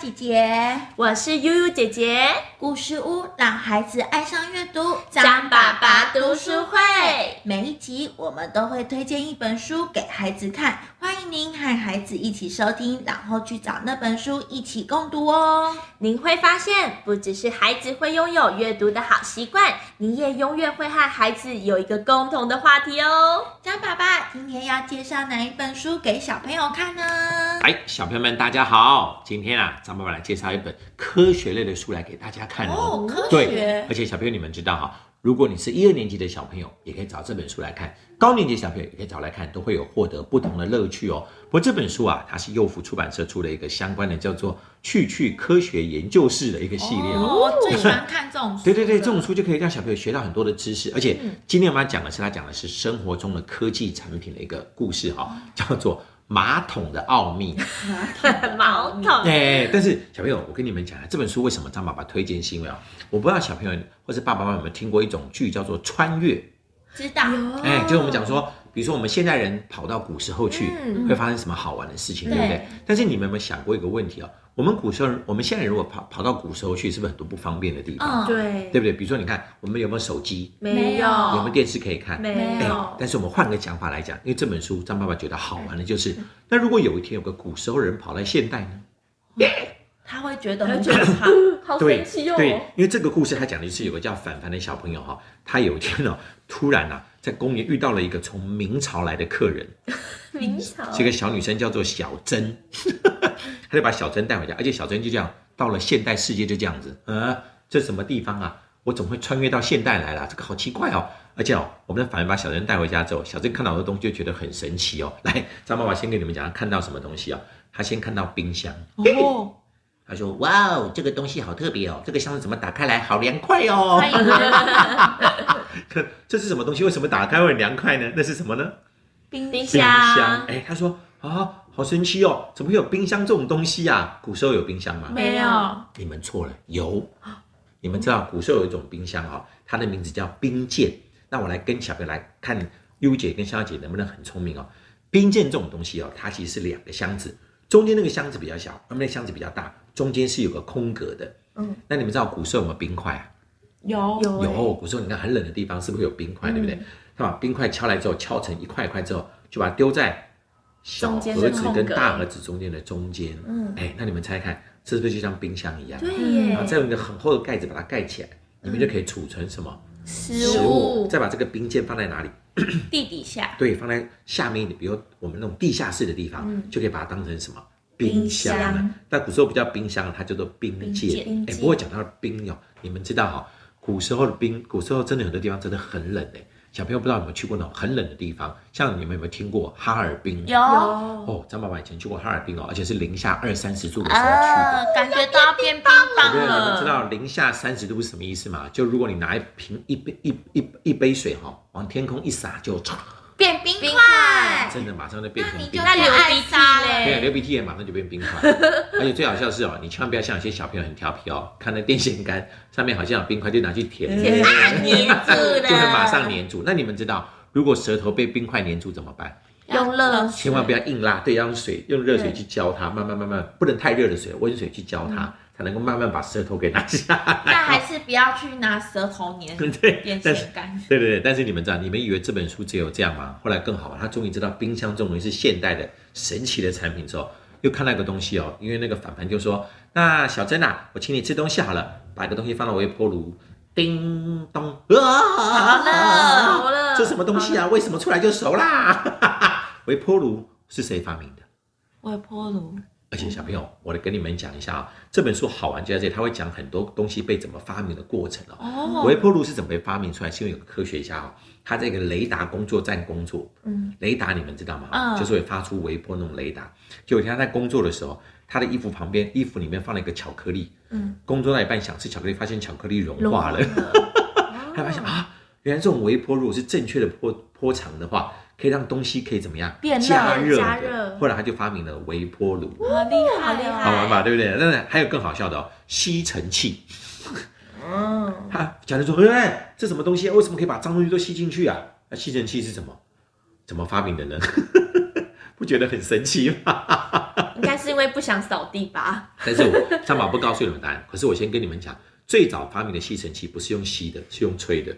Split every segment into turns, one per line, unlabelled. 姐姐，
我是悠悠姐姐，
故事屋让孩子爱上阅读，
张爸爸读书会。
每一集我们都会推荐一本书给孩子看，欢迎您和孩子一起收听，然后去找那本书一起共读哦。
您会发现，不只是孩子会拥有阅读的好习惯，你也永远会和孩子有一个共同的话题哦。
张爸爸今天要介绍哪一本书给小朋友看呢？
哎，小朋友们，大家好！今天啊，张爸爸来介绍一本科学类的书来给大家看哦。
哦，科
对
学，
而且小朋友你们知道哈、如果你是一二年级的小朋友，也可以找这本书来看；高年级小朋友也可以找来看，都会有获得不同的乐趣哦。不过这本书啊，它是幼福出版社出了一个相关的叫做《趣趣科学研究室》的一个系列哦。
哦，我最喜欢看这种书。
对对对，这种。书就可以让小朋友学到很多的知识，而且今天我们要讲的是，他讲的是生活中的科技产品的一个故事哈、叫做《马桶的奥秘》。
毛桶，
哎，但是小朋友，我跟你们讲啊，这本书为什么张爸爸推荐，是因为啊，我不知道小朋友或是爸爸妈妈有没有听过一种剧叫做《穿越》，
知道。
哎，就是我们讲说，比如说我们现代人跑到古时候去，
嗯
会发生什么好玩的事情，对不
对
对？但是你们有没有想过一个问题哦？我们古时候人，我们现在人如果跑跑到古时候去，是不是很多不方便的地方？
嗯，
对
对，不对？比如说，你看我们有没有手机？
没
有没
有
有电视可以看？
哦
哎
没
没
有，
有
但是我们换个讲法来讲，因为这本书张爸爸觉得好玩的就是，那如果有一天有个古时候人跑来现代呢？
他会觉得
我
很
觉得好好
对
神奇哦。
对，因为这个故事他讲的是有个叫凡凡的小朋友哈、他有一天哦，突然啊，在公园遇到了一个从明朝来的客人，
明朝
是一个小女生，叫做小珍， 他就把小珍带回家，而且小珍就这样到了现代世界，就这样子，呃，这什么地方啊？我怎么会穿越到现代来了？这个好奇怪哦！而且哦，我们的凡凡把小珍带回家之后，小珍看到很多东西就觉得很神奇哦。来，张爸爸先给你们讲，她看到什么东西哦？她先看到冰箱，
哦，
他说：“哇哦，这个东西好特别哦，这个箱子怎么打开来好凉快哦
哎
欢？迎
这是什么东西？为什么打开会很凉快呢？那是什么呢？
冰
冰
冰
箱
箱。哎，他说啊，好神奇哦，怎么会有冰箱这种东西啊？古时候有冰箱吗？
没有
你们错了，有。你们知道古时候有一种冰箱哦，它的名字叫冰鉴。那我来跟小朋友来看，优姐跟肖姐能不能很聪明哦？冰鉴这种东西哦，它其实是两个箱子，中间那个箱子比较小，外面那箱子比较大，中间是有个空格的。
嗯，
那你们知道古时候有没有冰块啊？
有
有嗯哎
有，古时候你看很冷的地方是不是有冰块，对不对？他把冰块敲来之后，敲成一块一块之后，就把它丢在小
中间的
盒子
空
跟
格
大盒子中间的中间。
嗯，
哎，那你们猜猜看，是不是就像冰箱一样？
对
然后
耶，
啊再用一个很厚的盖子把它盖起来，你们就可以储存什么
嗯
食物
再把这个冰件放在哪里？
地底下，
对，放在下面一点，比如我们那种地下室的地方，就可以把它当成什么
冰
冰箱
箱
了。但古时候不叫冰箱，它叫做冰界
冰。界
哎，不过讲到冰哦，你们知道哈、古时候的冰，古时候真的很多地方真的很冷哎。小朋友不知道有没有去过那种很冷的地方，像你们有没有听过哈尔滨？
有
有
哦，张爸爸以前去过哈尔滨哦，而且是零下二三十度的时候去的。
啊，感觉都要变冰棒
对，你们
了。
知道零下三十度是什么意思吗？就如果你拿一瓶一杯一一一杯水哈、往天空一洒，就唰
变冰
冰
块
块，
真的马上就变成
那你
冰
就
那流
块。
鼻涕嘞，
对，流鼻涕也马上就变冰块。而且最好笑的是哦，你千万不要像有些小朋友很调皮哦，看那电线杆上面好像有冰块，就拿去
嗯
舔，
天啊，黏住了，
就会马上粘住。那你们知道，如果舌头被冰块粘住怎么办？
用热
千万不要硬拉，对，要用水，用热水去浇它，慢慢慢慢，不能太热的水，温水去浇它，
嗯
才能够慢慢把舌头给拿下 来。
那还是不要去拿舌头粘
对
电，
但是
线 杆。
对对对，但是你们知道，你们以为这本书只有这样吗？后来更好玩，他终于知道冰箱这种东西是现代的神奇的产品之后，又看到一个东西哦，因为那个反盘就说：“那小珍啊，我请你吃东西好了，把一个东西放到微波炉，叮咚，啊，
哦
熟了，
这什么东西啊？为什么出来就熟啦？ 微波炉是谁发明的？
微波炉，
而且小朋友，我来跟你们讲一下啊、这本书好玩就在这里，它会讲很多东西被怎么发明的过程哦。
哦
微波炉是怎么被发明出来？是因为有个科学家哦，他在一个雷达工作站工作。
嗯，
雷达你们知道吗？
嗯
就是会发出微波那种雷达。就有一天他在工作的时候，他的衣服旁边衣服里面放了一个巧克力。
嗯，
工作到一半想吃巧克力，发现巧克力融
融
化
化
了。他发现
哦
啊，原来这种微波如果是正确的波波长的话，可以让东西可以怎么样？
变热
加热的。
加热
后来他就发明了微波炉。
好厉
好
害
厉
哦！
害
好啊玩吧，对不对？但是还有更好笑的哦，吸尘器。
嗯，
他假如说，哎、这什么东西啊？为什么可以把脏东西都吸进去啊？那吸 尘器是什么？怎么发明的呢？不觉得很神奇吗？
应该是因为不想扫地吧？
但是我三宝不告诉你们答案，可是我先跟你们讲，最早发明的吸尘器不是用吸的，是用吹的，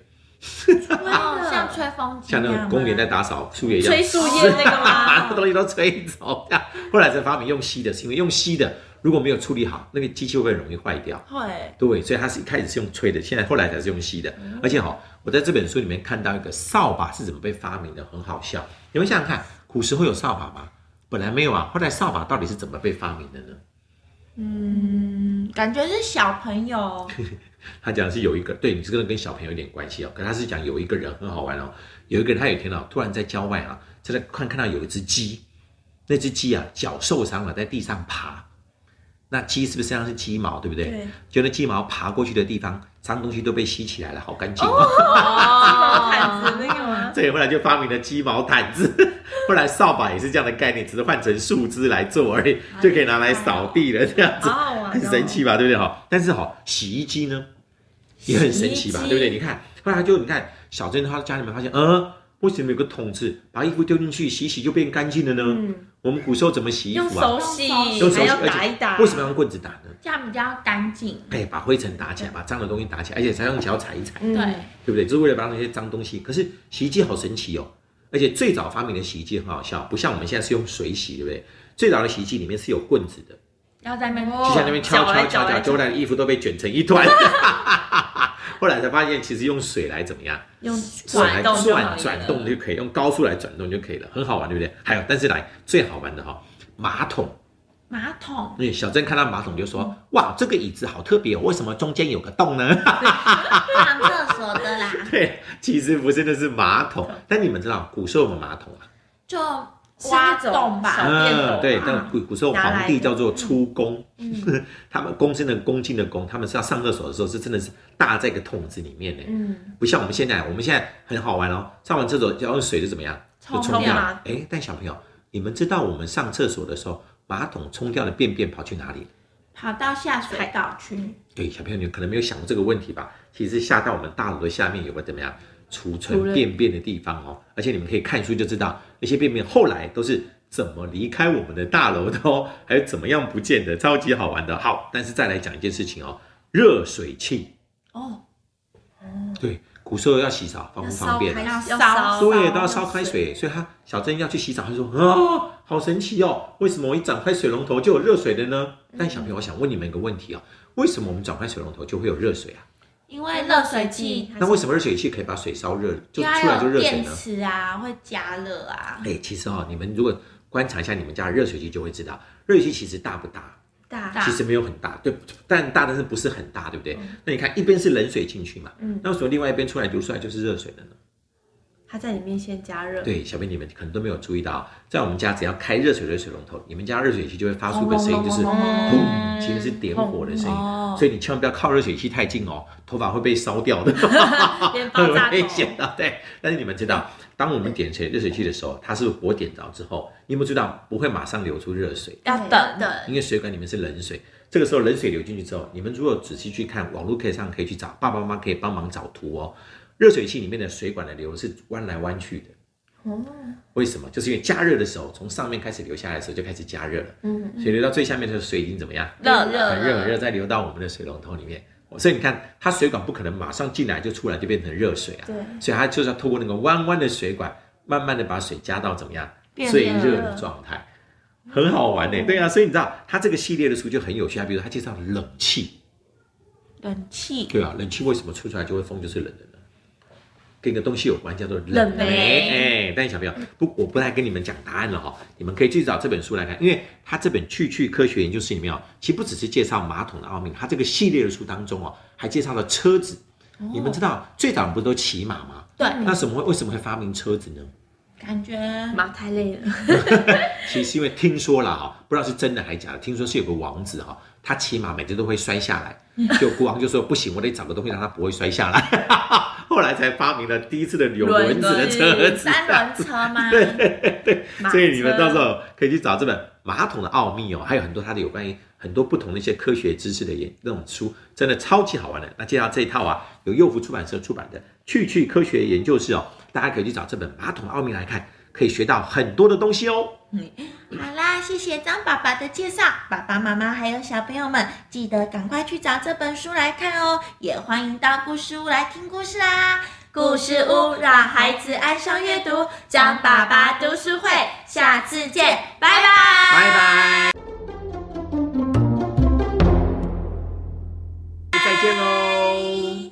哦，像吹风机一
像
样
那种公园在打扫树叶一样，
吹树叶那个
把那
吗？
东西都吹走。后来才发明用吸的，是因为用吸的如果没有处理好，那个机器会很容易坏掉。
会，
对，所以它是一开始是用吹的，现在后来才是用吸的。而且哈、我在这本书里面看到一个扫把是怎么被发明的，很好笑。你们想想看，古时候有扫把吗？本来没有啊，后来扫把到底是怎么被发明的呢？
嗯，感觉是小朋 友，
他讲的是有一个，对你这个跟小朋友有点关系哦。可是他是讲有一个人很好玩哦，有一个人他有一天哦，突然在郊外啊，在那看看到有一只鸡，那只鸡啊脚受伤了，在地上爬。那鸡是不是身上是鸡毛，对不对？
对
就那鸡毛爬过去的地方，脏东西都被吸起来了，好干净哦。
哦，
毯子那个吗？
所以后来就发明了鸡毛掸子， 后来扫把也是这样的概念，只是换成树枝来做而
哎
已，就可以拿来扫地了，这样子
好好玩哦
很神奇吧，对不对哈？但是哈，洗衣机呢也很神奇吧
洗衣，机
对不对？你看，后来就你看小珍她家里面发现，呃，为什么有个桶子把衣服丢进去洗洗就变干净了呢？
嗯，
我们古时候怎么洗衣
用
服啊？
手洗，
用
手
还
洗，
要
而
打
且
一打，
为什么要用棍子打呢？
这样比较干净。
哎，把灰尘打起来，把脏的东西打起来，而且才用脚踩一踩。
嗯？
对，
对不对？就是为了把那些脏东西。可是洗衣机好神奇哦，而且最早发明的洗衣机很好笑，不像我们现在是用水洗，对不对？最早的洗衣机里面是有棍子的，
要在那边
就
哦
像那边敲
搅
敲
来
敲
搅来
敲，
搅
后来的衣服都被卷成一团。 后来才发现，其实用水来怎么样？
用
水来
转动就好
转
了
转动就可以，用高速来转动就可以了，很好玩，对不对？还有，但是来最好玩的哈、马桶。
马桶，
对，小珍看到马桶就说：“
嗯
哇，这个椅子好特别哦，为什么中间有个洞呢？”
上厕所的 啦，
对，其实不是，那是马桶。但你们知道古时候有没有马桶啊？
就挖
挖
洞
洞
吧。
吧小便斗
嗯，
嘛
对，但古古时候皇帝叫做出宫，
嗯
他们公真的恭敬的恭，他们是要上厕所的时候是真的是搭在一个桶子里面呢，
嗯，
不像我们现在，我们现在很好玩哦，上完厕所要用水就怎么样，就
冲
冲
掉
掉了。哎，但小朋友，你们知道我们上厕所的时候，马桶冲掉的便便跑去哪里？
跑到下水道去，
对，小朋友，你可能没有想过这个问题吧？其实下到我们大楼的下面有个怎么样储
储
存
了
便便的地方哦，而且你们可以看书就知道，那些便便后来都是怎么离开我们的大楼的哦，还有怎么样不见的，超级好玩的。好，但是再来讲一件事情哦，热水器
哦，
对，古时候要洗澡方
要
不
烧
方便？
开
要烧
要烧，
对，都要烧开水，所以他小珍要去洗澡，他就说啊，好神奇哦，为什么我一展开水龙头就有热水的呢？但小朋友，我想问你们一个问题哦，为什么我们转开水龙头就会有热水啊？
因为热水器
还是
那为什么热水器可以把水烧热，就
因为
出来
它
就
有
热水
电
呢？
池啊，会加热啊，
哎，其实哦，你们如果观察一下你们家的热水器，就会知道热水器其实大不大？
大
大嗯
其实没有很大，对，但大但是不是很大，对不对？那你看一边是冷水进去嘛，
嗯
那为什么另外一边出来流出来就是热水了呢？
它在里面先加热，
对，小编你们可能都没有注意到，在我们家只要开热水的水龙头，你们家热水器就会发出一个声音，就是
轰
轰
轰
轰
砰，其实是点火的
嗯
声音。
哦，
所以你千万不要靠热水器太近哦，头发会被烧掉的。
连爆
很
炸
危险
头，
的，对。但是你们知道，当我们点水热水器的时候，它是火点着之后，你有没有知道不会马上流出热水？
要等等，
因为水管里面是冷水，这个时候冷水流进去之后，你们如果仔细去看网络课上可以去找，爸爸妈妈可以帮忙找图哦。热水器里面的水管的流是弯来弯去的，
哦，
为什么？就是因为加热的时候，从上面开始流下来的时候就开始加热了，
嗯，呃
所以流到最下面的时候，水已经怎么样？
热
热
热
很热很热，再流到我们的水龙头里面。哦所以你看，它水管不可能马上进来就出来就变成热水啊，
对，
所以它就是要透过那个弯弯的水管，慢慢的把水加到怎么样
变
最
热
热的状态，很好玩呢、对啊，所以你知道它这个系列的书就很有趣啊，比如它介绍冷气，
冷气
对啊，冷气为什么吹出来就会风就是冷的呢？跟一个东西有关，叫做
冷
冷
媒
媒。哎，但是小朋友不，我不太跟你们讲答案了哈、你们可以去找这本书来看，因为它这本《去去科学研究室》里面哦，其实不只是介绍马桶的奥秘，它这个系列的书当中哦，还介绍了车子。你们知道最早不是都骑马吗？
对
嗯
那什么会为什么会发明车子呢？
感觉
马太累了，
其实是因为听说啦哈，不知道是真的还是假的，听说是有个王子哈，他骑马每次都会摔下来，就国王就说不行，我得找个东西让他不会摔下来， 后来才发明了第一次的有轮子的车子。
三轮车 吗？
马
所以你们
车
到时候可以去找这本《马桶的奥秘》哦，还有很多它的有关于很多不同的一些科学知识的研那种书，真的超级好玩的。那介绍这一套啊，由幼福出版社出版的《去去科学研究室》哦，大家可以去找这本《马桶的奥秘》来看。可以学到很多的东西哦。
好啦，谢谢张爸爸的介绍，爸爸妈妈还有小朋友们，记得赶快去找这本书来看哦，也欢迎到故事屋来听故事啦。
故事屋让孩子爱上阅读，张爸爸读书会，下次见，拜拜。